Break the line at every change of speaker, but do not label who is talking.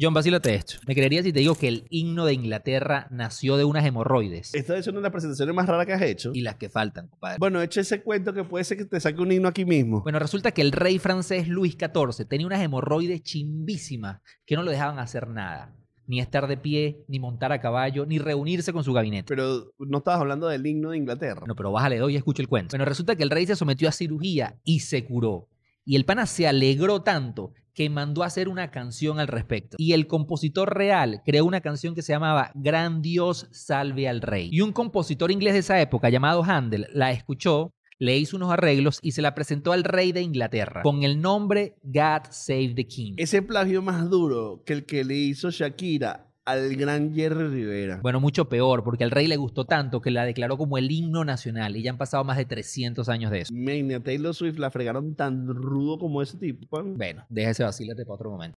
John, vacílate esto. ¿Me creerías si te digo que el himno de Inglaterra nació de unas hemorroides?
Esta es una de las presentaciones más raras que has hecho.
Y las que faltan, compadre.
Bueno, echa ese cuento que puede ser que te saque un himno aquí mismo.
Bueno, resulta que el rey francés Luis XIV tenía unas hemorroides chimbísimas que no lo dejaban hacer nada. Ni estar de pie, ni montar a caballo, ni reunirse con su gabinete.
Pero no estabas hablando del himno de Inglaterra.
No, pero bájale doy y escucha el cuento. Bueno, resulta que el rey se sometió a cirugía y se curó. Y el pana se alegró tanto que mandó a hacer una canción al respecto. Y el compositor real creó una canción que se llamaba Gran Dios Salve al Rey. Y un compositor inglés de esa época llamado Handel la escuchó, le hizo unos arreglos y se la presentó al rey de Inglaterra con el nombre God Save the King.
Ese plagio más duro que el que le hizo Shakira al gran Jerry Rivera.
Bueno, mucho peor, porque al rey le gustó tanto que la declaró como el himno nacional y ya han pasado más de 300 años de eso.
Bueno, Taylor Swift la fregaron tan rudo como ese tipo.
Bueno, déjese vacílate para otro momento.